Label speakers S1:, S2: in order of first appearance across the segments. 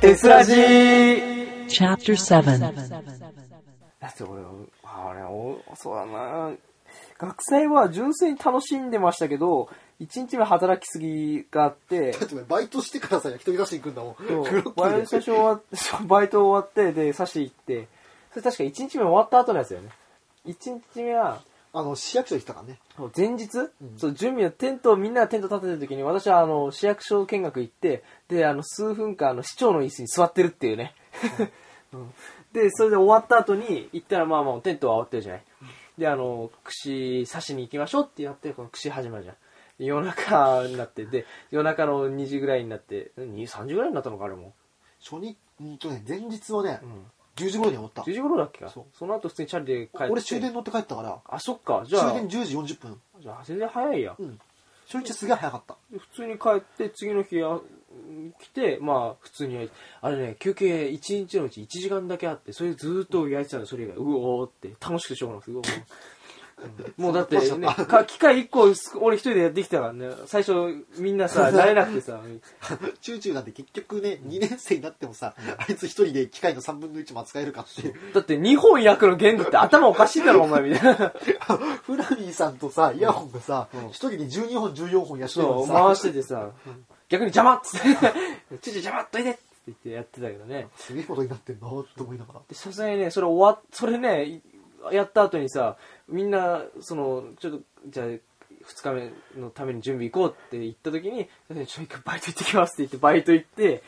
S1: テスラジー
S2: Chapter 7
S1: だって俺、あれ、おそうだな。学祭は純粋に楽しんでましたけど、1日目働きすぎがあ って、
S3: だってお前バイトしてからさ、焼き鳥出しに行くんだもん。
S1: そう
S3: クロッキ
S1: バイト最
S3: ーで。
S1: 初終わっ そうバイト終わって、で、差し行って、それ確か1日目終わった後のやつだよね。1日目は、
S3: あの、市役所行ったからね。
S1: そう前日、そう準備のテントをみんながテント立ててる時に私はあの市役所見学行ってであの数分間あの市長の椅子に座ってるっていうね、うんでそれで終わった後に行ったらまあまあテントは終わってるじゃないであの串刺しに行きましょうってやってこの串始まるじゃんで夜中になってで夜中の2時ぐらいになってん2 3時ぐらいになったのかあれも
S3: 初日、うんとね、前日はね
S1: う、ん
S3: 10時頃に終わった
S1: 10。時頃だっけか
S3: そ
S1: そうの後普通にチャリで帰って
S3: 俺終電乗って帰ったから、
S1: あそっかじゃあ
S3: 終電10時40分。
S1: じゃあ全然早いや
S3: うん。初日すげえ早かった。
S1: で普通に帰って次の日あうん来てまあ普通に焼いあれね休憩1日のうち1時間だけあってそれずーっと焼いてたのそれ以外うおーって楽しくてしょうがなくてうおーうんもうだ って、ね、か機械1個す俺一人でやってきたからね最初みんな さ慣れなくてさ
S3: チューチューなんて結局ね、2年生になってもさ、あいつ一人で機械の3分の1も扱えるかっていう。
S1: だって2本焼くの限度って頭おかしいだろお前みたいな
S3: フラミーさんとさ、イヤホンがさ、一人で12本14本やしてるの
S1: そう
S3: にさ、
S1: 回しててさ逆に邪魔っつって 「ちょちょ邪魔っといて」って言ってやってたけどね
S3: すげえことになってんなって思いながら。
S1: でさすがにねそれ終わっそれねいやった後にさみんなそのちょっとじゃあ2日目のために準備行こうって言った時に「ちょ一回バイト行ってきます」って言ってバイト行って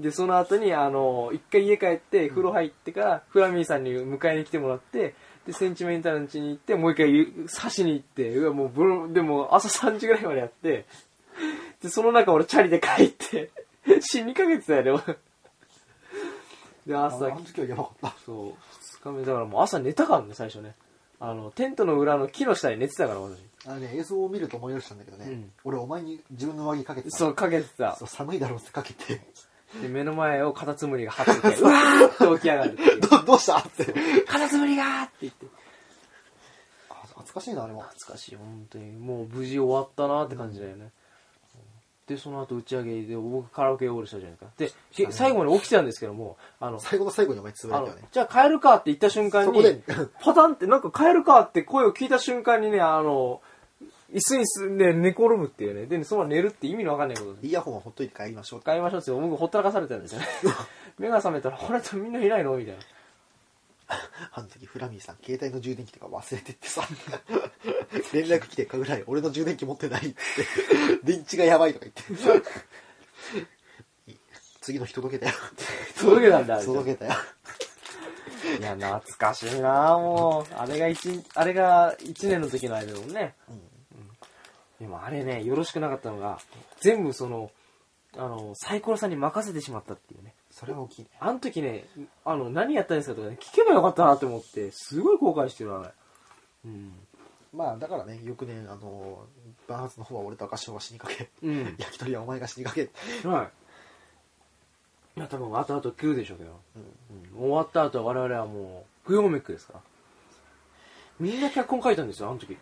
S1: でその後にあの一回家帰って風呂入ってからフラミーさんに迎えに来てもらってでセンチメンタルの家に行ってもう一回刺しに行ってうわもうブロンでも朝3時ぐらいまでやってでその中俺チャリで帰って死にかけてたよね俺で
S3: あ
S1: 朝
S3: の時はやばかった。
S1: そう、二日目だからもう朝寝たからね、最初ね。あの、テントの裏の木の下で寝てたから、私。
S3: あのね、映像を見ると思い出したんだけどね、
S1: うん
S3: 俺お前に自分の上着かけてた
S1: そう、かけてた
S3: そ。う寒いだろうってかけて、
S1: で、目の前をカタツムリが張って て、うわーって起き上がるっていう。
S3: どどうしたって。
S1: カタツムリがーって言って。
S3: あ懐かしいな、あれも。
S1: 懐かしい、本当に。もう無事終わったなーって感じだよね。で、その後打ち上げで、僕カラオケオールしたじゃないですか。で、け最後に起きてたんですけども、あの、
S3: 最後の最後にお前潰れ
S1: あ
S3: た
S1: の
S3: よね。
S1: じゃあ帰るかって言った瞬間
S3: そこで
S1: に、 パタンってなんか帰るかって声を聞いた瞬間にね、あの、椅子にす、ね、寝転ぶっていうね。で、そのまま寝るって意味のわかんないことで。
S3: イヤホンはほっといて帰りましょうって。
S1: 帰りましょうって僕ほったらかされたんですよ ね。目が覚めたら、これとみんないないのみたいな。
S3: あの時フラミーさん、携帯の充電器とか忘れてって さ、連絡来てかぐらい、俺の充電器持ってないって、電池がやばいとか言 って。次の日届けたよ。
S1: 届けたんだ、あれ
S3: 届けたよ。
S1: いや、懐かしいなぁもう。あれが一、あれが一年の時のあれだもんね。うんでもあれね、よろしくなかったのが、全部その、あの、サイコロさんに任せてしまったっていうね。
S3: それは大きいね。
S1: あの時ね、あの、何やったんですかとかね、聞けばよかったなって思って、すごい後悔してるわ、あれ。うん。
S3: まあ、だからね、よくね、あの、バーンハーツの方は俺と赤潮が死にかけ、
S1: うん。
S3: 焼き鳥はお前が死にかけ、
S1: はい。いや、多分後々来るでしょうけど。
S3: うん
S1: うん。終わった後、我々はもう、不要メックですから。みんな脚本書いたんですよ、あの時。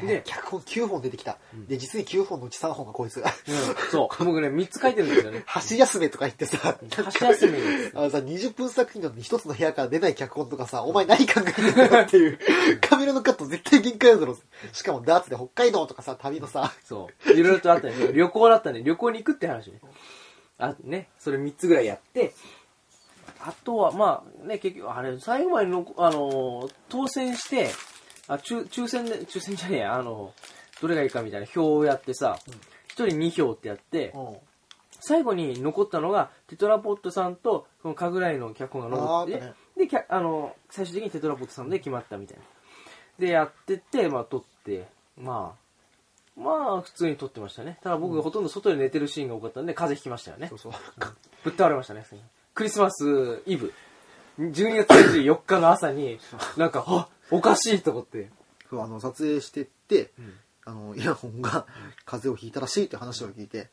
S3: で
S1: で、
S3: 脚本9本出てきた。
S1: ん
S3: で、実に9本のうち3本がこいつ。
S1: う ん、そう。僕ね、3つ書いてるんですよね。
S3: 箸休めとか言ってさ、。
S1: 箸休めです
S3: あのさ、20分作品なのに一つの部屋から出ない脚本とかさ、お前何考えてんだよっ ていう、カメラのカット絶対限界だろ。しかもダーツで北海道とかさ、旅のさ、
S1: そう。いろいろとあったね。旅行だったね。旅行に行くって話ね。あ、ね。それ3つぐらいやって、あとは、まあ、ね、結局、あれ、最後までの、あのー、当選して、あ、抽抽選で、抽選じゃねえや、あのー、どれがいいかみたいな表をやってさ、一、人2票ってやって、最後に残ったのが、テトラポットさんと、このカグライの脚本が残って
S3: あーあったね、
S1: で、きゃあの、最終的にテトラポットさんで決まったみたいな。で、やってって、まあ、撮って、まあ、まあ、普通に撮ってましたね。ただ僕がほとんど外で寝てるシーンが多かったんで、風邪ひきましたよね
S3: そう。そう。
S1: ぶっ倒れましたね。クリスマスイブ、12月24日の朝に、なんか、あおかしいと思って。
S3: そう、あの、撮影してって、
S1: ん
S3: あの、イヤホンが風邪をひいたらしいって話を聞いて、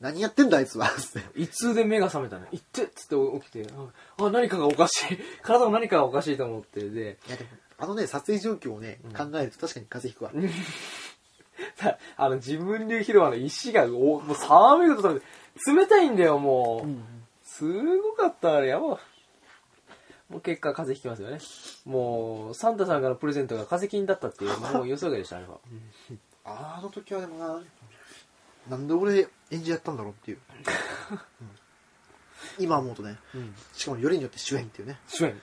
S3: 何やってんだあいつはつって
S1: 胃痛で目が覚めたね。いってっつって起きて、あ、あ何かがおかしい。体の何かがおかしいと思って、で、
S3: いやでも、あのね、撮影状況をね、考えると確かに風邪ひくわ。
S1: さあの、自分流広場の石が、お、もう、寒いこと冷たいんだよ、もう。すごかった、あれ、やば。もう結果、風邪ひきますよね。もう、サンタさんからプレゼントが風邪菌だったっていう、もう予想外でした、あれは。
S3: あの時はでもな、なんで俺演じやったんだろうっていう。うん 今思うとね、
S1: うん。
S3: しかもよりによって主演っていうね。
S1: 主演。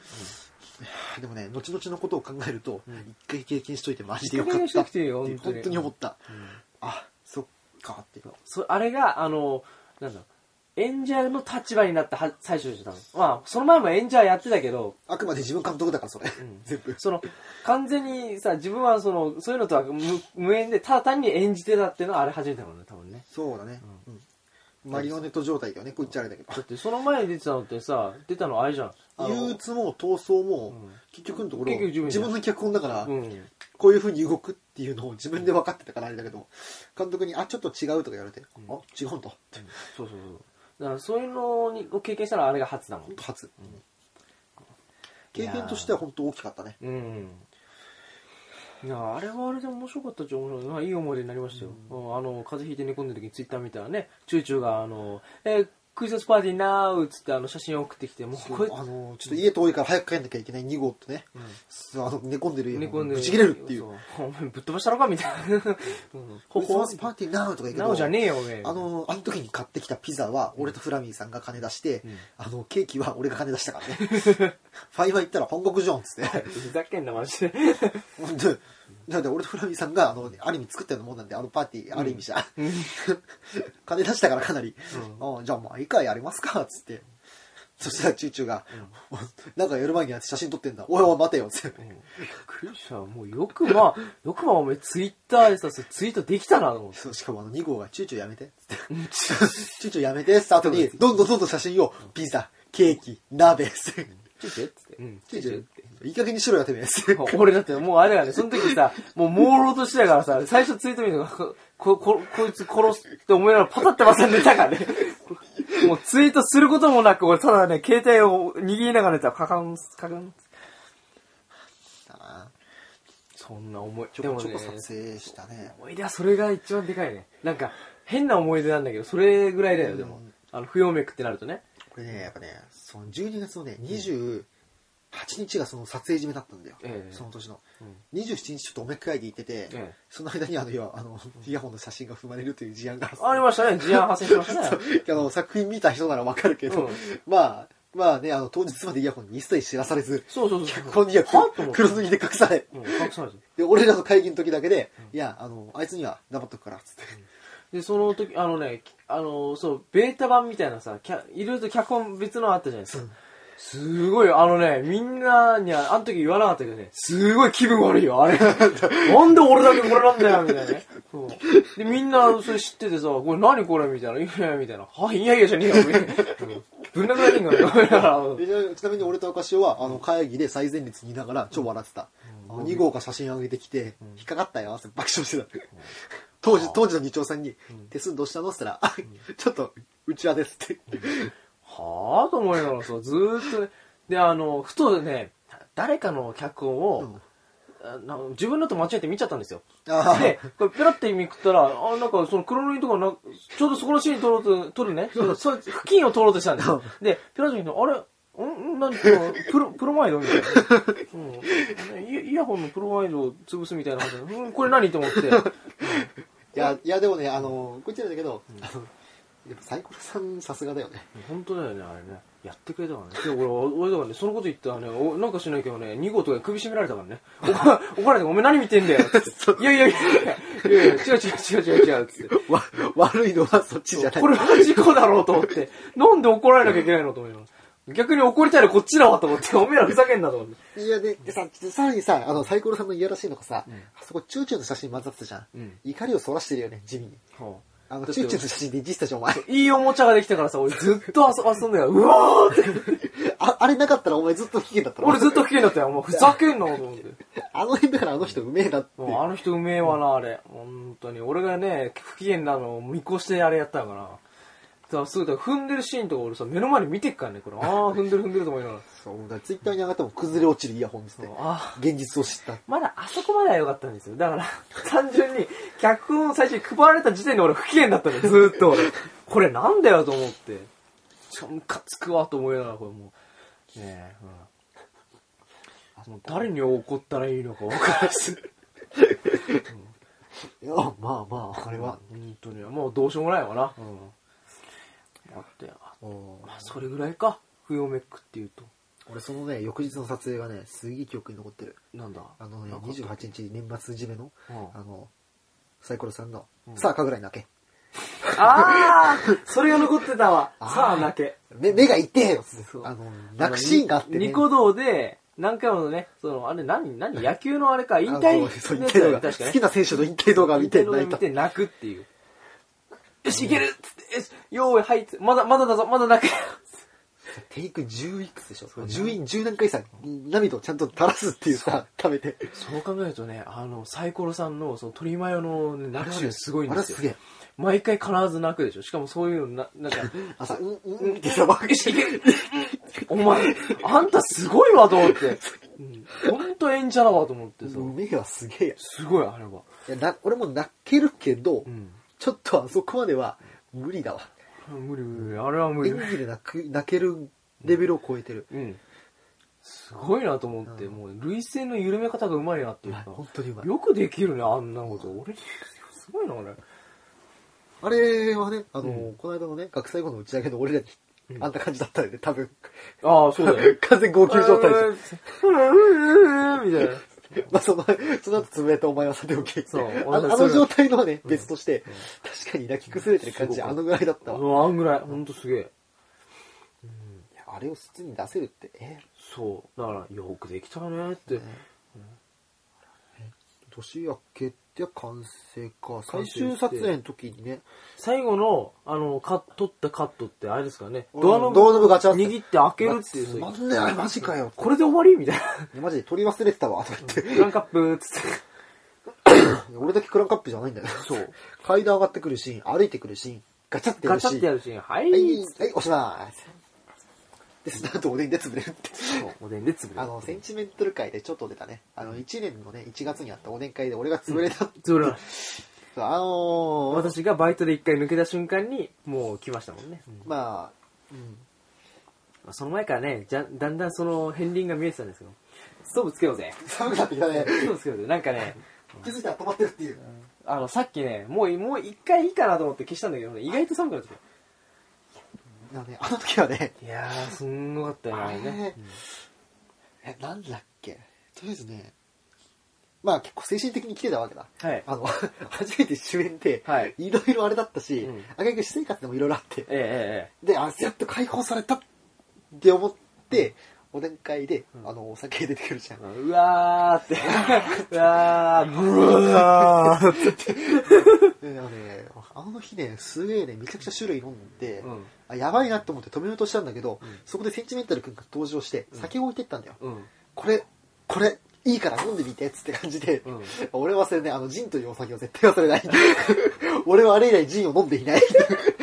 S3: でもね、後々のことを考えると、一、
S1: ん
S3: 回経験しといてマジでよかったっていう
S1: 一回経験しといてよ本当に
S3: 本当に思った。あ、そっかっていう。
S1: そあれが、あの、なんだろう、演者の立場になったは最初でした、多分まあ、その前も演者やってたけど、
S3: あくまで自分監督だから、それ。
S1: ん
S3: 全部。
S1: その、完全にさ、自分はその、そういうのとは無無縁で、ただ単に演じてたっていうのはあれ初めてだもんね、多分ね。
S3: そうだね。うんマリオネット状態だよね、こう言っちゃあれだけど
S1: だ。って、その前に出てたのってさ、出たのあれじゃん。あの
S3: 憂鬱も闘争も、
S1: うん
S3: 結局のところ
S1: 結局自分で
S3: 自分の脚本だから、
S1: うん。
S3: こういう風に動くっていうのを自分で分かってたからあれだけど監督に「あちょっと違う」とか言われて「
S1: ん
S3: あ違うんだ」って
S1: そうそうそう。だからそういうのにを経験したのはあれが初だもん
S3: 本。当初、経験としては本当大きかったね
S1: うん。いや、あれはあれで面白かったっちゃ面白い。いい思い出になりましたよ。うんあの、風邪ひいて寝込んでる時にツイッター見たらね、チューチューが、あの、えークリスマスパーティーなーっつってあの写真を送ってきて、もうこれ、
S3: あのちょっと家遠いから早く帰んなきゃいけない2号とね、あの寝込んでる家
S1: 寝込んで
S3: ぶち切れるっていう
S1: そお前ぶっ飛ばしたのかみたい な。うん
S3: クリスマスパーティーなのとか言うけど
S1: なおじゃねえよ、おめえ。
S3: あのあの時に買ってきたピザは俺とフラミーさんが金出して、
S1: ん
S3: あのケーキは俺が金出し たからねファイは行ったら本国ジョーンっつって
S1: ふざけんな、マジで。
S3: で、なんで俺とフラミーさんが、あの、ある意味作ったようなもんなんで、あのパーティー、ある意味じゃ。 金出したからかなり、あじゃあまあ、いいかやりますか、つって。そしたら、チューチューが、 なんかやる前に写真撮ってんだ。おいおい、待てよ、つって。
S1: びっくりした。もうよくまあ、 よくまあお前ツイッターでさ、それツイートできたなと思って。
S3: そうしかもあの2号が、チューチューやめて、つって。チューチューやめて、って後に、どんどんどんどん写真を、ピザ、ケーキ、鍋、つって。
S1: チューチューっつって。うん、
S3: チューチュー、いい加減にしろよ、てめえ、つって。
S1: 俺だってもうあれだね、その時さ、もう朦朧としてたからさ、最初ツイート見るのが、こ、こ、ここいつ殺すって思いながらパタってまた寝たからね。もうツイートすることもなく、俺ただね、携帯を握りながら寝たらカカン、カカン。
S3: あ
S1: そんな思い、
S3: ーちょこちょこ撮影したね。
S1: 思い出はそれが一番でかいね。なんか、変な思い出なんだけど、それぐらいだよ、でも
S3: うん。
S1: あの、不要脈ってなるとね。
S3: これね、やっぱね、その12月のね、28日がその撮影締めだったんだよ。
S1: ええ
S3: その年の。
S1: う
S3: 27日ちょっとおめく会議行ってて、
S1: ええ
S3: その間にあの、いや あの、イヤホンの写真が踏まれるという事案が発生
S1: ありましたね、事案発生しま したね。
S3: あの、作品見た人ならわかるけど、
S1: うん
S3: まあ、まあね、あの、当日までイヤホンに一切知らされず、
S1: そうそうそう。
S3: ここには
S1: はっと思って
S3: 黒ずみで隠され、
S1: うん隠されてる
S3: で、俺らの会議の時だけで、いや、あの、あいつには黙っとくから、つって。
S1: で、その時、あのね、きあの、そう、ベータ版みたいなさ、キャいろいろと脚本別のあったじゃないですか。すごい、あのね、みんなには、あの時言わなかったけどね、すごい気分悪いよ、あれ。なんで俺だけこれなんだよ、みたいなね。そうで、みんなそれ知っててさ、これ何これみたいな、いやいや、みたいな。はい、いやいやじゃねえよ、みたいな。ぶん殴られてんから ね、俺ら
S3: でちなみに俺と赤潮はあの会議で最前列にいながら超笑ってた、あの2号が写真上げてきて、引っかかったよって爆笑してた、当時当時の議長さんに「手数どうしたの?」って言ったらあ「 ちょっとうちわです」って、
S1: はぁと思いながらさ、ずーっとね、で、あの、ふとね、誰かの脚本を、あの自分のと間違えて見ちゃったんですよ。
S3: あー
S1: で、これペラって見くったら、あ、なんかその黒塗りとかな、ちょうどそこのシーン撮ろうと、撮るね、そそ付近を撮ろうとしたんですよ。で、ペラッと見て、あれんんなんか、プロ、プロマイドみたいな。うんイ。イヤホンのプロマイドを潰すみたいな話でうん、これ何と思って。
S3: いやいやでもねあのこっちなんだけど、あのやっぱサイコロさんさすがだよね
S1: 本当だよね、あれね。やってくれたからね。で、俺、俺とかね、そのこと言ったらね、おなんかしないけどね、2号とかに首絞められたからね。おか怒られて、お前何見てんだよ。つっていやいやいやいやいや、違う違う違う違う違う。つって。
S3: わ悪いのはそっ ちじゃない
S1: これは事故だろうと思って。なんで怒られなきゃいけないのと思います。逆に怒りたいのこっちだわと思って、おめえらふざけんなと思って。
S3: いやででさでさらにさあのサイコロさんのいやらしいのがさ、あそこチューチューの写真混ざってたじゃん、
S1: うん
S3: 怒りをそらしてるよね地味にあの
S1: だって
S3: チューチューの写真でいじってたじゃんお前
S1: いいおもちゃができたからさ、俺ずっと遊遊んでるうわーって。
S3: ああれなかったらお前ずっと危険だったろ
S1: 俺ずっと危険だったよ。もうふざけんなと思って。
S3: あの辺だからあの人うめえなって。
S1: もうあの人うめえわな、あれ。本当に。俺がね、不機嫌なのを見越してあれやったから。だからすごい、だから踏んでるシーンとか俺さ、目の前で見てっからね、これ。ああ、踏んでる踏んでると思いながら。
S3: そう、だからツイッターに上がっても崩れ落ちるイヤホンですね
S1: そう。あ
S3: 現実を知った。
S1: まだあそこまでは良かったんですよ。だから、 単純に、脚本を最初に配られた時点で俺不機嫌だったのよ、ずーっと。これなんだよと思って。ちょムカつくわと思いながらこれもうねえ、うん、もう誰に怒ったらいいのか分からず
S3: いやまあまああれは
S1: 本当にもうどうしようもないわな、うん、だってあ
S3: うん
S1: まあそれぐらいか不要メックっていうと
S3: 俺そのね翌日の撮影がねすげえ記憶に残ってる
S1: なんだ
S3: あのね
S1: なんか
S3: 28日年末締めの
S1: うん
S3: あのサイコロさんの
S1: う
S3: 「
S1: ん
S3: さあかぐらい泣け
S1: ああそれが残ってたわ。
S3: あー
S1: さあ、泣け。」
S3: 目目が痛えよっつって
S1: そう
S3: あの泣くシーンがあってね
S1: ニコ動で、何回もね、その、あれ、何、何、野球のあれか、引
S3: あの
S1: 退
S3: そうそう
S1: のや
S3: 引退
S1: つだ
S3: 動
S1: よ
S3: 画
S1: ね確か
S3: 好
S1: ね
S3: き。な選手の引退動画見て
S1: 引退動画
S3: 泣い
S1: 見
S3: た
S1: て泣くっていう。よし、いけるっつって、よし、よーい、はいっつって、まだ、まだだぞ、まだ泣く。
S3: テイク10いくつでしょ
S1: うね
S3: 10い10何回さ涙をちゃんと垂らすっていうさ食べて
S1: そう考えるとね、あの、サイコロさんの、その、鳥マヨの、ね、泣くシーンすごいん
S3: あ
S1: で
S3: れ
S1: すよ。
S3: すげえ
S1: 毎回必ず泣くでしょ。しかもそういうの、な、なん か、
S3: 朝うんうんってさばっかりして
S1: お前、あんたすごいわと思って。うん、ほんと演者だわと思ってさ。
S3: 目がすげえや
S1: すごい、あれは。
S3: いやな俺も泣けるけど、
S1: うん。
S3: ちょっとあそこまでは無理だわ
S1: 無理無理、あれは無理
S3: 演。技で泣く泣けるレベルを超えてる、
S1: うん。すごいなと思って、
S3: うん
S1: もう、類線の緩め方がうまいなっていうか、
S3: 本当にうまい
S1: よくできるね、あんなこと。俺、すごいな、俺。
S3: あれはねあの、
S1: うん
S3: この間のね学祭後の打ち上げの俺らに、
S1: うん
S3: あんな感じだったよね多分
S1: ああ、そうだよ。
S3: 完全号泣状態で
S1: です。うんうんうんみたいな。
S3: まあそのその後つぶやいたお前はさておき
S1: そう
S3: ああ
S1: 俺そ
S3: の
S1: れ
S3: 状態のはね別として、
S1: うん
S3: 確かに泣き崩れてる感
S1: す
S3: じ
S1: ごい
S3: あのぐらいだったわ、い
S1: あんぐらい、ほんとすげえ。
S3: やあれを筒に出せるってえ
S1: そう。だから、よくできたねって。
S3: 年明けて完成か
S1: 完成
S3: 最
S1: して
S3: 終撮影の時にね
S1: 最後の、あの、カットったカットって、あれですからね。
S3: うん
S1: ドアノブ、
S3: ドアノブガチャって
S1: 握って開けるっていう。
S3: つまんねえマジかよ
S1: これで終わりみたい な。
S3: いやマジで取り忘れてたわとか言って
S1: クランカップっつって。
S3: 俺だけクランクアップじゃないんだよ。
S1: そう。
S3: 階段上がってくるシーン、歩いてくるシーン、ガチャってや
S1: ガ
S3: る
S1: チ
S3: シ
S1: ャって
S3: ー
S1: や
S3: ン。
S1: るし、はい、
S3: はい、はい、押します。で、その後おでんで潰れるって。
S1: そうおでんで潰れる。
S3: あの、センチメンタル会でちょっと出たね。あの、1年のね、1月にあったおでん会で俺が潰れた。
S1: 潰れました
S3: そうあのー、
S1: 私がバイトで一回抜けた瞬間に、もう来ましたもんね。うんま
S3: ま
S1: あその前からね、じゃ、だんだんその片鱗が見えてたんですけど、ストーブつけようぜ。
S3: あ、寒くなってきたね。
S1: ストーブつけようぜ。なんかね、
S3: 気づいたら止まってるっていう。
S1: あの、さっきね、もう、もう一回いいかなと思って消したんだけどね、意外と寒くなってき
S3: あのね、あの時はね、
S1: た。いやー、すんごかったよね、あれね。
S3: え、なんだっけ。とりあえずね、まあ結構精神的に来てたわけだ。
S1: はい。
S3: あの、 初めて主演で、
S1: はい
S3: いろいろあれだったし、
S1: うん
S3: あげく私生活でもいろいろあって、
S1: え
S3: で、あ、やっと解放されたって思って、おでん会で、あの、お酒出てくるじゃん
S1: えええ。え。うわーって。 うわー、ぐ わーって。
S3: であのね、あの日ね、すげえね、めちゃくちゃ種類飲んで、
S1: うん
S3: あやばいなと思って止めようとしたんだけど、そこでセンチメンタル君が登場して、酒を置いてったんだよ。
S1: うん。
S3: これ、これ、いいから飲んでみてっつって感じで、
S1: うん
S3: 俺はそれね、あの、ジンというお酒を絶対忘れない。 俺はあれ以来ジンを飲んでいない。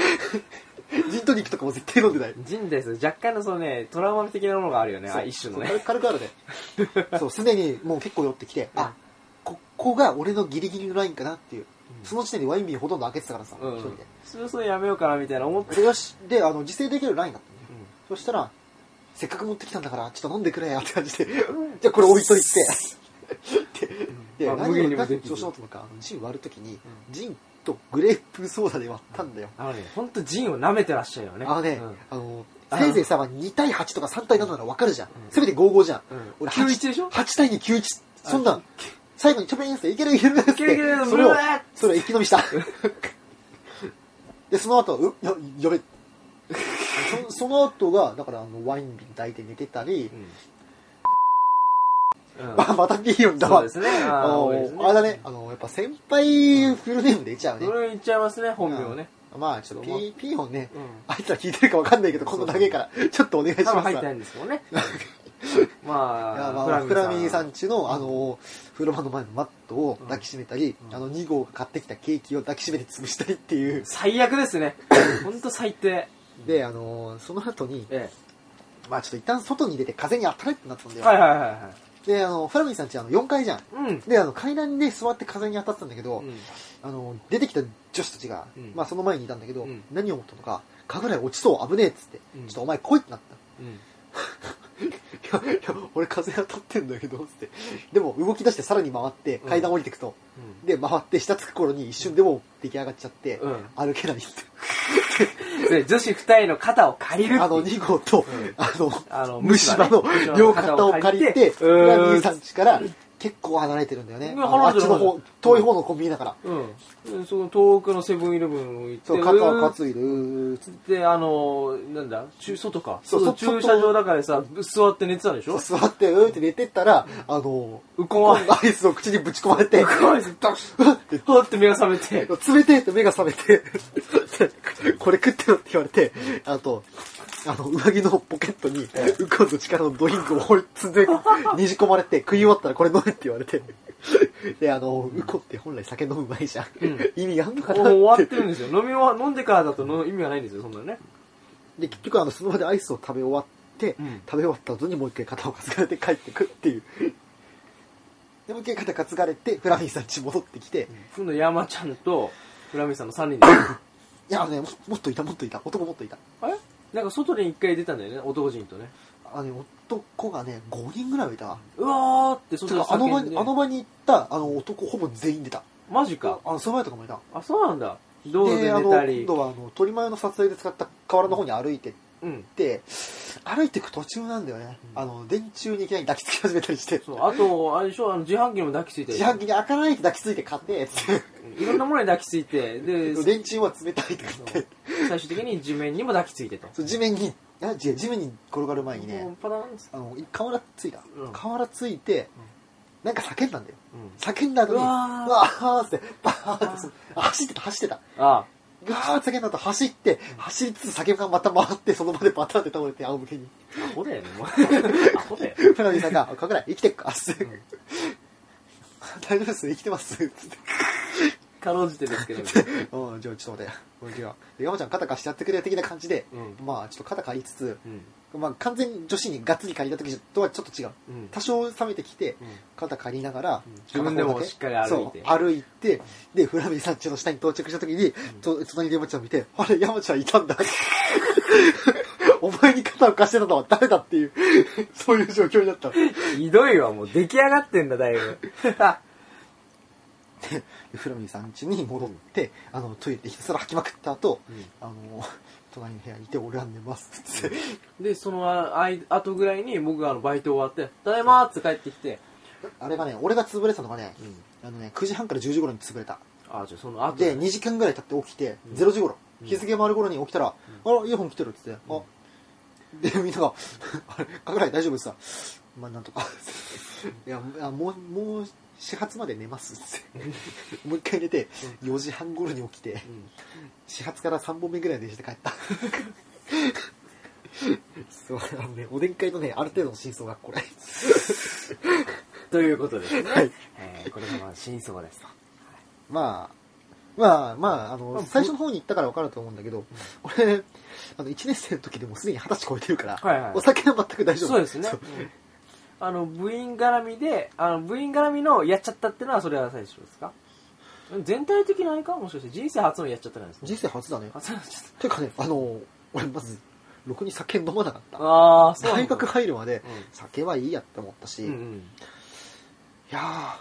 S3: ジントニックとかも絶対飲んでない。
S1: ジンです。若干のそのね、トラウマ的なものがあるよね、あ一種のね
S3: そう。軽くあるね。そう、すでにもう結構酔ってきて、あ、ここが俺のギリギリのラインかなっていう。その時点でワイン瓶ほとんど開けてたからさ、一、
S1: うん
S3: 人で。
S1: そろそろやめようかなみたいな思って。
S3: でよし、で、あの、自制できるラインだったのね。そしたら、せっかく持ってきたんだから、ちょっと飲んでくれやって感じで、じゃあこれ置いといて。で、で
S1: まあ
S3: 何
S1: 無限に
S3: を
S1: も
S3: 何
S1: で
S3: を
S1: きる
S3: 調子乗ったのか、あのジン割るときに、ジンとグレープソーダで割ったんだよ。
S1: あのね、ほんとジンを舐めてらっしゃるよね。
S3: あのね、
S1: うん
S3: あの、
S1: あ
S3: せいぜいさ、まあ2対8とか3対7ならわかるじゃん。せめて55じゃん。
S1: うん
S3: 俺
S1: 9 1でしょ
S3: ?8 対2、9、1。そんなん、最後にちょびんって、いけるいけるっつ
S1: い
S3: っ
S1: ける
S3: て
S1: いける
S3: それを
S1: うわ ーっ、
S3: それを一気飲 みした。で、その後、う、や、やべ。そその後が、だからあの、ワイン瓶抱いて寝てたり、
S1: うん。うん
S3: まあ、またピーヨンだ
S1: そう
S3: わ。
S1: ですね。あ
S3: あ
S1: ー
S3: の
S1: 多いですね
S3: あれだね、あの、やっぱ先輩フルネームで言っちゃうね
S1: そ。れ言っちゃいますね、本名をね。
S3: まあ、ちょっとピー、ピーヨンね、
S1: うん
S3: あいつら聞いてるかわかんないけど、今度投げから、ちょっとお願いし
S1: 多分
S3: ます。
S1: 入ってないんですけど ね。
S3: いや
S1: ま
S3: ま
S1: あ、
S3: あ、フラミーさ
S1: ん
S3: んちの、あの、風呂場の前のマットを抱きしめたり、
S1: うん
S3: あの、2号が買ってきたケーキを抱きしめて潰したりっていう。
S1: 最悪です ね。ほんと最低。
S3: で、あの、その後に、
S1: え
S3: まあちょっと一旦外に出て風に当たれってなったん
S1: え。
S3: だよ。
S1: はいはいはいは
S3: で、あの、フラミーさんちあの4階じゃん。
S1: い。うん。
S3: で、あの、階段で座って風に当たってたんだけど、
S1: うん
S3: あの、出てきた女子たちが、
S1: うん
S3: まあその前にいたんだけど、
S1: うん
S3: 何を思ったのか、神楽落ちそう、危ねえっつって、
S1: うん
S3: ちょっとお前来いってなった。
S1: うん
S3: いや、いや、 俺風当たってんだけど、つって。でも動き出してさらに回って、階段降りてくと。で、回って下つく頃に一瞬でもう出来上がっちゃって、
S1: うん
S3: 歩けないって。
S1: で女子二人の肩を借りるって
S3: あの、2号と、
S1: ん
S3: あの、
S1: あの
S3: 虫歯の
S1: 虫歯ね
S3: 両肩を借りて、
S1: うーん
S3: 兄さん家から結構離れてるんだよね。
S1: うん
S3: あのあ
S1: 離
S3: っ
S1: れ
S3: ち
S1: てる
S3: の方、遠い方のコンビニだから。
S1: うんでその遠くのセブンイレブンを行って
S3: そう、肩を担いで、うーっつって
S1: であのなんだち外か
S3: そう
S1: 外
S3: そ
S1: 駐車場だからさ座って寝てたでしょ
S3: 座って、うーって寝てったら、あの、
S1: うこま
S3: アイスを口にぶち込まれて、
S1: 怖い ですダッほって目が覚めて
S3: 冷てえって目が覚めて、 これ食ってろって言われて、あと、あの、上着のポケットに、ウコンの力のドリンクを放り積んで、ねじ込まれて、食い終わったらこれ飲めって言われて。で、あの、ウコンって本来酒飲む前じゃん。意味あんのか
S1: もう終
S3: な
S1: わ
S3: って
S1: っ。てるんですよ飲み終わ飲んでからだとの意味がないんですよそんなのね
S3: で、結局、あの、その場でアイスを食べ終わって、
S1: うん
S3: 食べ終わった後にもう一回肩を担がれて帰ってくっていう。で、もう一回肩担がれて、フラミンさん家戻ってきて、い
S1: 今度山ちゃんと村見さんの3人 で
S3: や、あのね、ももっといた、もっといた、男もっといた。
S1: あれなんか外に一回出たんだよね男人とね
S3: あのね、男がね、5人ぐらいはいたわ。
S1: うわーって
S3: て
S1: 外で
S3: かあの場
S1: 叫ん
S3: に、
S1: で
S3: あの場に行った、あの男ほぼ全員出た。
S1: マジか
S3: あの、その前とかもいた。
S1: あそうなんだ道路で
S3: あ
S1: 寝
S3: の、
S1: たり
S3: 今度はあの、鳥前の撮影で使った河原の方に歩いてっ
S1: うん
S3: て、歩いてく途中なんだよね。
S1: うん
S3: あの、電柱にいきなり抱きつき始めたりして、
S1: そうあとあれでしょあの自販機にも抱きついて
S3: 自販機に開かないで抱きついて買って、つって。
S1: いろんなものに抱きついてで
S3: 電柱は冷たいとか言って、
S1: 最終的に地面にも抱きついてと
S3: そう地面に、あ違う地面に転がる前に
S1: もう
S3: ね、
S1: パターンです
S3: あの、瓦ついた
S1: うん。
S3: 瓦ついて、なんか叫んだんだよ。
S1: うん
S3: 叫んだ後に、
S1: う
S3: う
S1: わー
S3: わーって、バーってそう、走ってた、走ってた。
S1: あ
S3: ガーって叫んだ後走って、走りつつ叫ぶがまた回って、その場でバタンって倒れて、仰向けに。
S1: アホだよね もうアホだよ
S3: フラミさ んが、かくらい、生きてっかつって。大丈夫です、生きてます。つって。
S1: かろうじてですけど
S3: うん、じゃあちょっと待って。これじゃあで山ちゃん肩貸してやってくれ、的な感じで、
S1: う
S3: まあちょっと肩借りつつ、
S1: うん
S3: まあ完全に女子にがっつり借りた時とはちょっと違う。
S1: うん
S3: 多少冷めてきて、
S1: うん
S3: 肩借りながら、
S1: うん自分でもしっかり歩いて
S3: そう歩いてでフラミーさん家の下に到着した時に、と隣で山ちゃんを見てあれ山ちゃんいたんだ お前に肩を貸してたのは誰だっていうそういう状況になった
S1: ひどいわもう出来上がってんだだいぶ
S3: でフラミーさん家に戻って、あのトイレでひたすら吐きまくった後、
S1: うん
S3: あの隣の部屋にいて俺は寝ますって
S1: でそのああい後ぐらいに僕があのバイト終わって「ただいま」って帰ってきて
S3: あれがね俺が潰れたのがね、
S1: ん
S3: あのね9時半から10時頃に潰れた
S1: あじゃあその後
S3: で、2時間ぐらい経って起きて、
S1: ん
S3: 0時頃、
S1: うん
S3: 日付が回る頃に起きたら、あら、イヤホン来てるって言って、あ、で、みんなが、 あれ、かくらい大丈夫ですかまあ、なんと か。いや、いやもう、もう、始発まで寝ま すって。もう一回寝て、4時半頃に起きて、
S1: うん
S3: 始発から3本目ぐらいでして 帰った。そう、あのね、おでん会のね、ある程度の真相がこれ。
S1: ということですね、
S3: はい
S1: えーこれがまあ真相ですと
S3: まあ、まあ、まあ、あ
S1: まあ
S3: の、最初の方に言ったから分かると思うんだけど、俺、あの、1年生の時でもうすでに20歳超えてるから、
S1: はいはい
S3: お酒は全く大丈夫。
S1: そうですね、うんあの部員絡みであの部員絡みのやっちゃったってのはそれは最初ですか全体的なあれかもしかして人生初のやっちゃったなんですか
S3: 人生初だね。
S1: あそうちょっと
S3: ていうかね、あの、俺まず、ろくに酒飲まなかった。
S1: あーそうなん
S3: 大
S1: だ
S3: 学入るまで、
S1: うん
S3: 酒はいいやって思ったし、
S1: うんう
S3: い
S1: ん
S3: や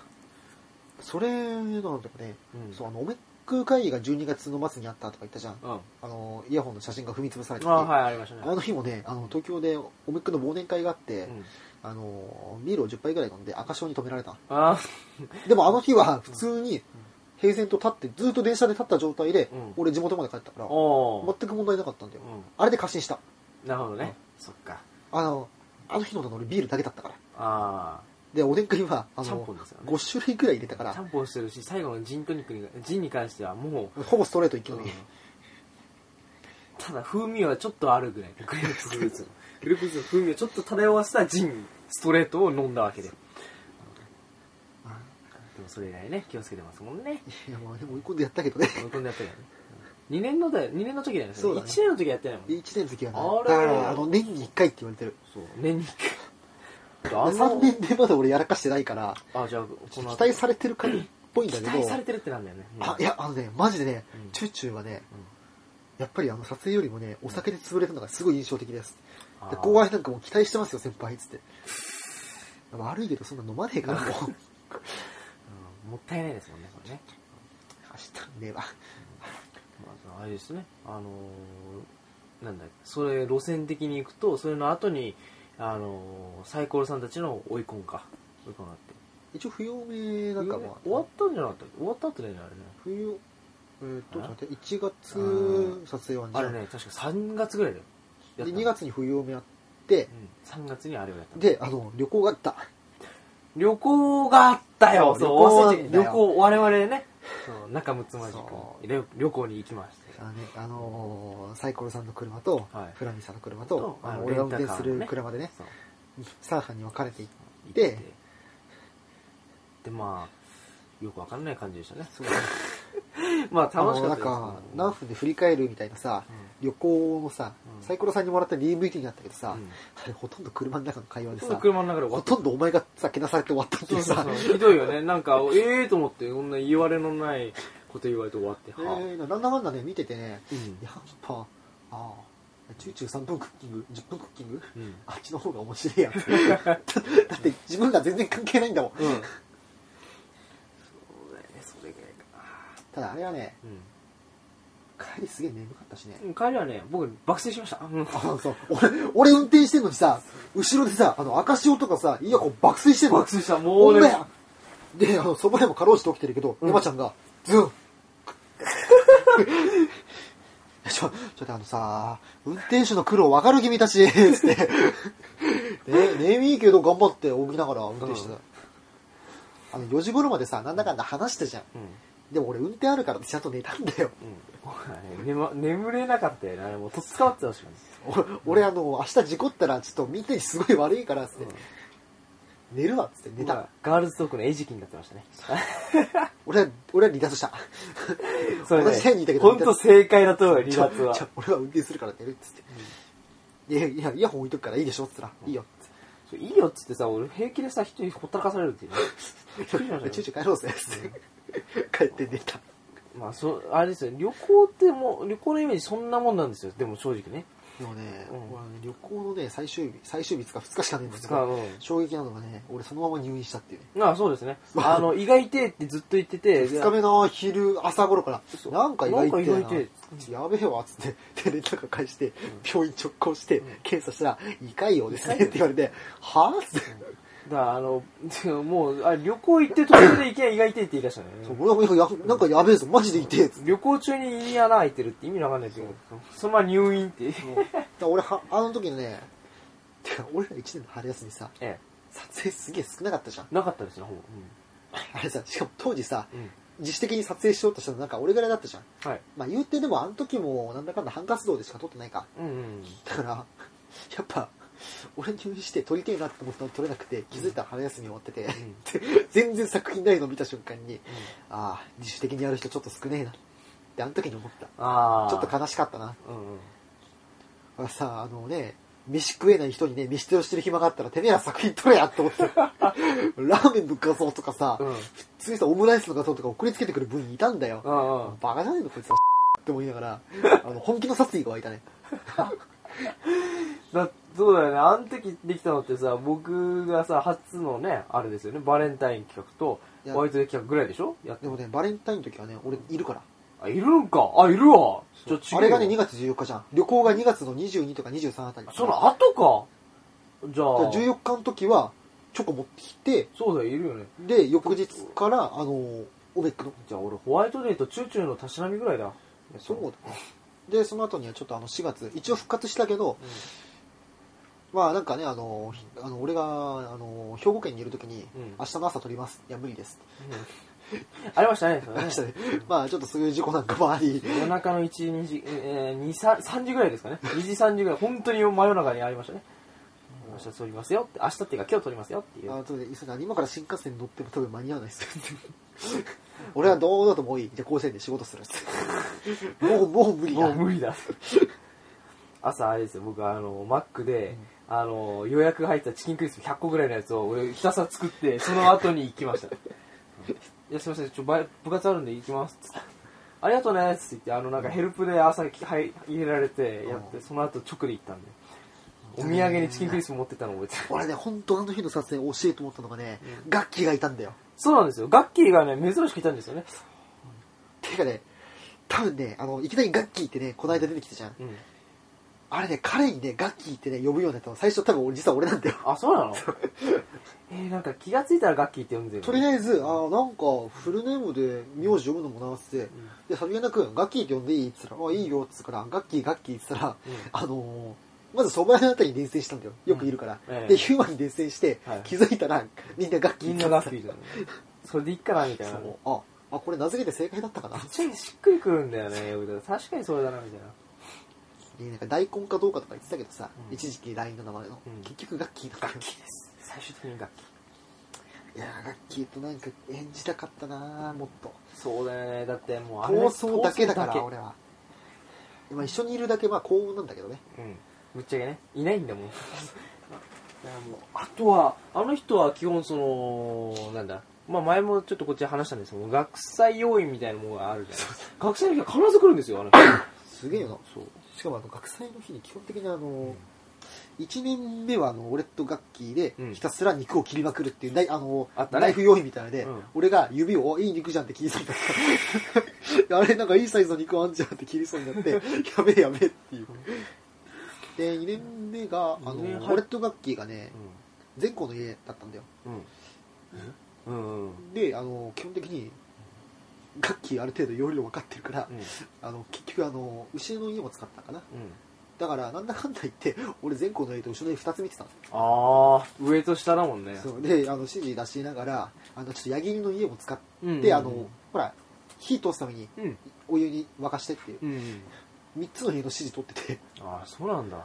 S3: ー、それなんだよね、
S1: うん
S3: そう、あの、オメック会議が12月の末にあったとか言ったじゃん。
S1: うんあ
S3: あの、イヤホンの写真が踏み潰されてて、
S1: はいありましたね
S3: あの日もね、あの、東京でオメックの忘年会があって、
S1: うん
S3: あのビールを10杯ぐらい飲んで赤潮に止められた
S1: あ
S3: でもあの日は普通に平然と立ってずっと電車で立った状態で、
S1: うん
S3: 俺地元まで帰ったから
S1: ーおー
S3: 全く問題なかったんだよ、
S1: うん
S3: あれで過信した
S1: なるほどねそっか
S3: あのあの日のだの俺ビールだけだったから
S1: あ
S3: でおでんくんはあ
S1: ちゃん
S3: の、
S1: ぽんですよね
S3: 5種類ぐらい入れたか
S1: あちゃ
S3: ら
S1: んぽんしてるし最後のジントニックにジンに関してはもう
S3: ほぼストレートいきのに、
S1: ただ風味はちょっとあるぐらいグレープフルーツのグレープフルーツの風味をちょっと漂わせたジンストレートを飲んだわけででもそれ以来ね気をつけてますもんね
S3: いやまあでも追い込んでやったけどね
S1: 追い込んでやってるよね2年のだよ二年の時だよね
S3: そうだね
S1: 1年の時はやってないもんね
S3: 1年の時はね
S1: あ
S3: だ
S1: れ
S3: からねあの年に1回って言われてる
S1: そう年に一回あ
S3: 3
S1: の
S3: 年でまだ俺やらかしてないから
S1: あじゃあ
S3: 期
S1: この後
S3: 待されてる感じっぽいんだけ
S1: 期
S3: ど
S1: 待されてるってなんだよね
S3: あいやあのねマジでね、
S1: うん
S3: チューチューはね、やっぱりあの撮影よりもね、お酒で潰れたのがすごい印象的です。
S1: あ
S3: で
S1: ー
S3: 後輩なんかもう期待してますよ、先輩っつって。悪いけどそんな飲まねえから もう。明
S1: うんもったいないですもんね、これね。
S3: 日ねえわ。
S1: まあ、あれですね、あのーなんだそれ、路線的に行くと、それの後に、あのーサイコロさんたちの追い込んか。追い込んがあって。
S3: 一応不要名なんかまあ。
S1: 終わったんじゃなかったっけ終わった後だよね、あれね。
S3: 冬、えーっと、ちょ
S1: あ
S3: っと待って、1
S1: う
S3: 月撮影は
S1: あれね、確か3月ぐらいだよ。
S3: で、
S1: やったの
S3: 2。月に冬を目あって、
S1: うん、3月にあれをやったの。
S3: で、あの、旅行があった。
S1: 旅行があったよ、
S3: そう
S1: そう
S3: 旅行なんだ
S1: 旅
S3: よ
S1: 行、我々ね、そう仲睦まじ
S3: そ
S1: く旅旅行に行きまし
S3: あのね、あのーサイコロさんの車と、
S1: はい
S3: フラミさんの車
S1: と
S3: と、あ
S1: あ
S3: の
S1: の
S3: 俺が運
S1: レン
S3: 転
S1: タカ
S3: す
S1: ーのね
S3: る車で
S1: た
S3: ね。、
S1: そう
S3: サーハンに分かれてい
S1: 行って
S3: で
S1: で、まあ、よくわかんない感じでしたね。
S3: そう
S1: まあ、
S3: あ
S1: 楽し
S3: の
S1: かった
S3: なん
S1: です。
S3: か、何分で振り返るみたいなさ、旅行のさ、
S1: うん
S3: サイコロさんにもらった DVT になったけどさ、
S1: うん
S3: あれほとんど車の中の会話
S1: うん
S3: で
S1: ほとんど
S3: さ、
S1: 車の中で終わ
S3: ほ
S1: った。
S3: とんどお前がさ、けなされて終わったって
S1: そ
S3: い
S1: ううそう
S3: さ、
S1: そう。ひどいよね。なんか、ええーと思って、こんな言われのないこと言われて終わって、
S3: え
S1: は
S3: ーなんだかんだね、見ててね、
S1: あうん
S3: やっぱ、ああ、チューチュー3分クッキング、10分クッキング、
S1: うん。
S3: あっちの方が面白いやつ。 だって自分が全然関係ないんだもん。
S1: うん。そうだよね、それぐらいか
S3: ただあれはね、
S1: な。
S3: 帰りすげえ眠かったしね。
S1: うん。帰りはね、僕、爆睡しました。うん。
S3: あそう俺、俺運転してんのにさ、後ろでさ、あの赤潮とかさ、イヤホン爆睡してんの。
S1: 爆睡した。も
S3: お
S1: う
S3: め
S1: ね
S3: え、で、あの、そばでもかろうじて起きてるけど、
S1: うん
S3: エマちゃんが、ズン いやちょ、ちょっとあのさ、運転手の苦労分かる気味だし、 つって。ね、眠いけど頑張って起きながら運転してた。あの、4時頃までさ、なんだかんだ話したじゃん。
S1: うん。
S3: でも俺運転あるからってちゃんと寝たんだよ。
S1: うん僕はね、眠眠れなかったよね。あれもう、とっつかまってたしかない。
S3: お俺あの、明日事故ったらちょっとみんなにすごい悪いから、つって。寝るわ、つって寝た。
S1: ガールズトークの餌食になってました ね。
S3: 俺は、俺は離脱した。
S1: そ
S3: 同じ部屋にいたけど
S1: 本当正解だと思うよ、離脱
S3: じゃ
S1: は。
S3: 俺は運転するから寝るっつって。いや、いや、イヤホン置いとくからいいでしょっつったら、いいよっつって。
S1: いいよっつってさ、俺平気でさ、人にほったらかされるっていうね。びっくりしま
S3: チュー
S1: し
S3: チュー帰ろうぜっつって。帰って寝た。
S1: たまあ、そう、あれですよ、旅行ってもう、旅行のイメージそんなもんなんですよ、でも正直ね。
S3: でもね、
S1: うん
S3: 俺はね旅行のね、最終日、最終日つか2日しかねえんです
S1: つか、
S3: ど、
S1: うん。
S3: 衝撃なのがね、俺そのまま入院したっていうね。
S1: まあ、そうですね。あの、胃が痛いってずっと言って て、で
S3: 2日目の昼、朝頃か
S1: そ
S3: ら、
S1: う
S3: なんか意外
S1: なんか意外
S3: て、やべえわっつって、で、連絡返して、病院直行して、検査したら、胃潰瘍ですねって言われて、はぁっつって。
S1: だからあの、 もう、あ旅行行って途中で行けば胃が痛いって言い出したの
S3: そう
S1: よね。
S3: 俺はやなんかやべえぞ、マジで痛えっつって
S1: 旅行中に胃に穴開いてるって意味わかんないけど、そのまま入院って。
S3: だから俺はあの時のねてか俺ら1年の春休みさ
S1: え
S3: 撮影すげえ少なかったじゃん
S1: え。なかったですね、ほぼ。
S3: あれさしかも当時さ
S1: うん。うん
S3: 自主的に撮影しようとしたのなんか俺ぐらいだったじゃん
S1: はい。
S3: まあ言うてでもあの時もなんだかんだ半活動でしか撮ってないか
S1: うんうん。
S3: だから やっぱ俺入院して撮りてえなって思ったの撮れなくて気づいたら春休み終わってて、で 全然作品ないの見た瞬間に、ああ自主的にやる人ちょっと少ねえなってあの時に思った
S1: ああ。
S3: ちょっと悲しかったな
S1: うんうん。
S3: あさあのね飯食えない人にね飯テロしてる暇があったらてめえら作品撮れやって思 ってたラーメンの画像とかさ、
S1: うん。
S3: 普通にさオムライスの画像とか送りつけてくる分いたんだよ、
S1: うんう ん。
S3: バカじゃねえのこいつはって思いなが らあの本気の殺意が湧いたね
S1: だそうだよね。あの時できたのってさ、僕がさ、初のね、あれですよね、バレンタイン企画と、
S3: いや
S1: ホワイトデー企画ぐらいでしょやって
S3: でもねバレンタインの時はね俺いるから
S1: あ、いるんか。あ、いるわ。ちょ、違うよ
S3: あれがね2月14日じゃん旅行が2月の22とか23あたり
S1: その後か。じゃ
S3: だか
S1: あ
S3: ら、14日の時はチョコ持ってきて
S1: そうだよ、いるよね。
S3: で翌日からあのオベックの
S1: じゃあ俺、ホワイトデーとチューチューのたしなみぐらいだ。
S3: そうだね。で、その後にはちょっとあの4月、一応復活したけど、まあなんかね、あの、ひあの俺が、あの、兵庫県にいるときに、
S1: うん
S3: 明日の朝撮ります。いや、無理です。
S1: うん ありましたね、それ
S3: 明
S1: ね
S3: 日で。まあちょっとそういう事故なんかもあ り、
S1: 夜中の1、2時、えー、2、3 3時ぐらいですかね。2時、3時ぐらい。本当に真夜中にありましたね。明日撮りますよって、明日っていうか今日撮りますよっていう。
S3: あとで、急いで今から新幹線に乗っても多分間に合わないです。 俺はどうだともういい。じゃあ甲子園で仕事するっつって。 もう、もう無理
S1: もう
S3: だ。
S1: 無理だ。朝あれですよ、僕あの、マックで、あの、予約が入ったチキンクリスプ100個ぐらいのやつを俺ひたすら作って、その後に行きました。いや、すいません、ちょ、バイ部活あるんで行きますっつって。ありがとうねっつって言って、あの、なんかヘルプで朝きはい入れられて、やって、その後直で行ったんで。お土産にチキンクリスプ持ってったの覚えてる。
S3: 俺ね、本当あの日の撮影教えと思ったのがね、ガッキーがいたんだよ。
S1: そうなんですよ。ガッキーがね、珍しくいたんですよね。
S3: ていうかね、多分ね、あの、いきなりガッキーってね、この間出てきたじゃん。
S1: うん。
S3: あれね、彼にね、ガッキーってね、呼ぶようになったの、最初多分俺実は俺なんだよ。
S1: あ、そうなのえー、なんか気がついたらガッキーって呼んでる。
S3: とりあえず、あーなんか、フルネームで名字呼ぶのもなーって、で、サビアナ君、ガッキーって呼んでいいって言ったら、あ、いいよって言ったから、ガッキー、ガッキーって言ったら、
S1: うん
S3: あのーまず蕎麦屋のあたりに伝染したんだよ。よくいるから。
S1: うんええ
S3: で、ヒューマンに伝染して、
S1: はい
S3: 気づいたら、みんなガッキー
S1: 銀
S3: っ
S1: の
S3: て言
S1: ガ
S3: っ
S1: ッ
S3: て
S1: キーだね。それでいいかなみたい
S3: た
S1: な。めっ
S3: そうあ、あ、これ名付けて正解だったかな。
S1: ちゃしっくりくるんだよね、呼び方確かにそれだな、みたいな。
S3: でなんか大根かどうかとか言ってたけどさ、
S1: うん
S3: 一時期 LINE の名前の、
S1: うん
S3: 結局ガッキーだったよ
S1: です。最終的にガッキー。
S3: いやーガッキーとなんか演じたかったなーもっと
S1: そうだよね。だってもうあれ
S3: 闘争だけだか
S1: 闘争
S3: ら俺は今一緒にいるだけまあ幸運なんだけどね
S1: うん。ぶっちゃけね。いないんだもん。いやもうあとは、あの人は基本その、なんだ。まあ前もちょっとこっちで話したんですけど、学祭要員みたいなものがあるじゃないですか。学祭の日は必ず来るんですよ、あの人。
S3: すげえよな
S1: そう。
S3: しかもあの学祭の日に基本的にあの、一1年目はあの俺とガッキーで
S1: うん
S3: ひたすら肉を切りまくるっていう、ないあの
S1: あったね
S3: ナイフ用意みたいなので、
S1: うん
S3: 俺が指をおいい肉じゃんって切りそうになった あれなんかいいサイズの肉あんじゃんって切りそうに なってやべえやべえっていうで2年目があ
S1: 二年
S3: の
S1: 半
S3: 俺とガッキーがね全校の家だったんだよ
S1: うん。うん。うん。うん。
S3: であの基本的にガッキーある程度容量分かってるから、
S1: うん。
S3: あの結局あの後ろの家も使ったかな
S1: うん
S3: だからなんだかんだ言って俺全校の家と後ろの家2つ見てたんですよ
S1: ああ、上と下だもんね。
S3: そうであの指示出しながらあのちょっと矢切りの家も使って、
S1: うんうんうん
S3: あのほら火通すために
S1: うん。
S3: お湯に沸かしてっていう
S1: うんうん。
S3: 3つの家の指示取って て
S1: ああ、そうなんだ。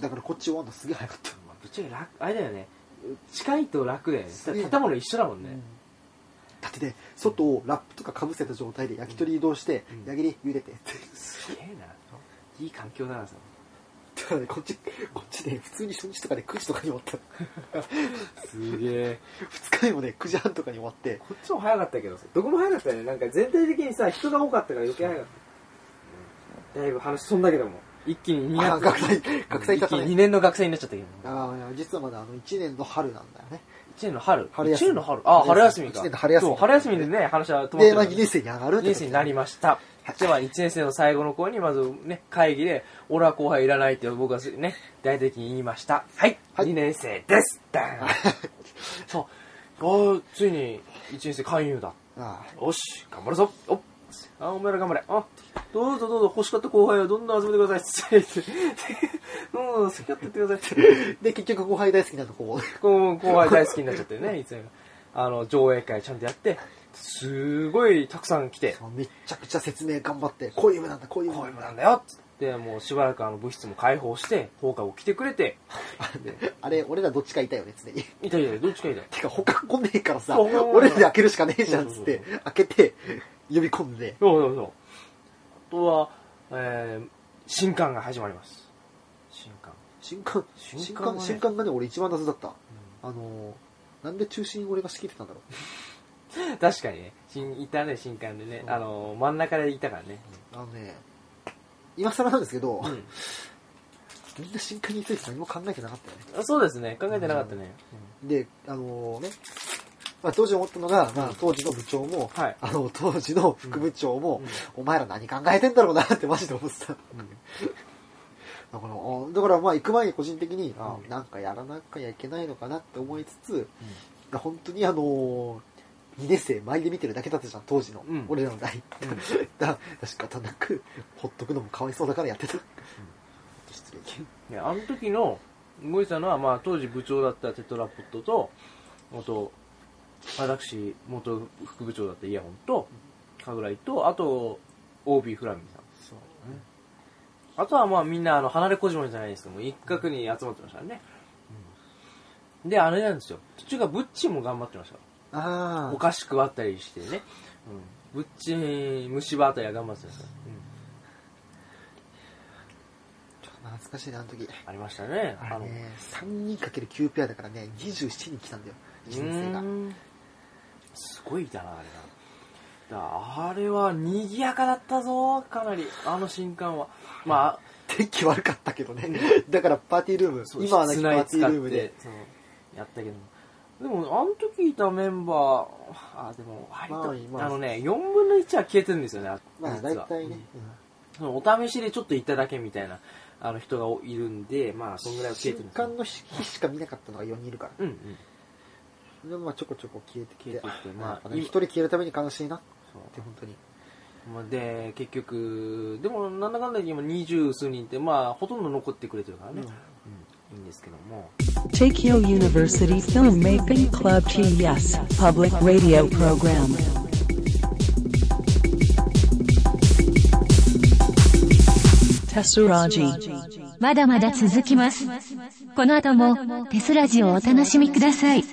S3: だからこっち終わるのすげえ早かった、
S1: まあぶっちゃけ楽、あれだよね。近いと楽だよね。
S3: すげえ
S1: 建物一緒だもんね。
S3: だってね外をラップとかかぶせた状態で焼き鳥移動して、
S1: うん
S3: 矢切り茹でてって
S1: すげえな。いい環境だな、さ。
S3: だからねこっちこっちで普通に初日とかで9時とかに終わった
S1: すげえ。
S3: 2日目もね9時半とかに終わって
S1: こっちも早かったけどさ。どこも早かったよね。なんか全体的にさ、人が多かったから余計早かった。だいぶ話飛んだけども。一気に2
S3: あ
S1: 年。
S3: 学祭学祭
S1: 一
S3: 行っ
S1: 気
S3: た
S1: に2
S3: ね
S1: 年の学生になっちゃったけど。1
S3: ああ実はまだあの1年の春なんだよね
S1: 年の春。
S3: 春休み
S1: 一年の春。ああ、春休みか。
S3: 一年の春休み
S1: そう、春休みでね、話は止まって
S3: で、
S1: た
S3: まあ、
S1: から
S3: 2年生に上がるってこと
S1: 2年生になりました。では、1年生の最後の子に、まずね、会議で、俺は後輩いらないって僕はね、大体的に言いました。はい、
S3: はい
S1: 2年生 ですダンそう。ああ、ついに1年生勧誘だ。
S3: ああ
S1: よし、頑張るぞおっあ、お前ら頑張れ。あ、どうぞどうぞ、欲しかった後輩はどんどん集めてく ださい。つってどうぞ、好き勝手やってください。
S3: で結局後輩大好きなとこ
S1: こう後輩大好きになっちゃってね、いつも。あの、上映会ちゃんとやって、すごいたくさん来て。
S3: をめっちゃくちゃ説明頑張ってこういう夢なんだこういう夢
S1: こういう
S3: な
S1: のな
S3: んだ
S1: んだよっつって、もうしばらくあの部室も開放して、放課後来てくれて、
S3: あれ俺らどっちかいたよね常に
S1: いたいた、どっちかいた。
S3: てか他来ねえからさ
S1: そうそうそう
S3: 俺らで開けるしかねえじゃんっつって
S1: そう
S3: 開けて呼び込んで
S1: そうそうそう。あとは、えー、新刊が始まります。新刊。
S3: 新刊
S1: 新
S3: 新
S1: 刊は
S3: 刊
S1: ね
S3: 新刊がね俺一番謎だったあのーなんで中心俺が仕切ってたんだろう
S1: 確かにね、新いたね、新刊でね、
S3: うん
S1: あの、真ん中でいたからね。
S3: あのね今更なんですけど、
S1: うん
S3: みんな新刊について何も考えてなかったよね
S1: あそうですね、考えてなかったね。
S3: で、あのね、まあ、当時思ったのが、まあ、当時の部長も、
S1: はい
S3: あの、当時の副部長も、お前ら何考えてんだろうなって マジで思ってた。だから、あだからまあ、行く前に個人的に、あ
S1: うん
S3: なんかやらなきゃいけないのかなって思いつつ、本当にあの2年生前で見てるだけだったじゃん、当時の。
S1: うん
S3: 俺らの代。
S1: うん
S3: だから、仕方なく、ほっとくのもかわいそうだからやってた。失礼。
S1: ね、あの時の動いてたのは、まあ、当時部長だったテトラポットと、元、私、元副部長だったイヤホンと、カグライと、あと、OB フラミンさん。
S3: そう
S1: あとはまあみんな、あの、離れ小島じゃないですけども、一角に集まってましたね。で、あれなんですよ。途中からブッチも頑張ってました。
S3: あ
S1: お菓子配ったりしてね。うん、ブッチ、虫歯あたりは頑張ってました。
S3: あ、懐かしいな、あの時。
S1: ありましたね。
S3: あ
S1: の
S3: れ、ね、3人かける9ペアだからね、27人来たんだよ、人生
S1: う
S3: が
S1: ー。んすごいだなあれなやあれは賑やかだったぞかなりあの新刊はまあ
S3: 天気悪かったけどね。だからパーティールーム、今はな
S1: 室
S3: きパ
S1: 内
S3: ーティ
S1: 使
S3: ー
S1: っ
S3: ルームで
S1: て。そうやったけどもでもあの時いたメンバーあでも割と、
S3: まあ今は
S1: あのね4分の1は消えてるんですよねあ
S3: まあ
S1: 実は
S3: 大体ね。
S1: そのお試しでちょっといただけみたいなあの人がいるんでまあそんぐらいは消
S3: 新
S1: えてるんですよ
S3: 刊の日しか見なかったのが4人いるから。
S1: うんうん
S3: それでまあちょこちょこ消えて消えて
S1: 消えて。ってまあ
S3: まあ、一人消えるために悲しいなっ
S1: そう
S3: て、本当に。
S1: まあで結局でもなんだかんだで今二十数人ってまあほとんど残ってくれてるからね、
S3: う
S1: う
S3: ん
S1: んいいんですけども
S2: Tokyo University Filmmaking Club TES Public Radio Program. Tessuraji.
S4: まだまだ続きます。この後もテスラジをお楽しみください。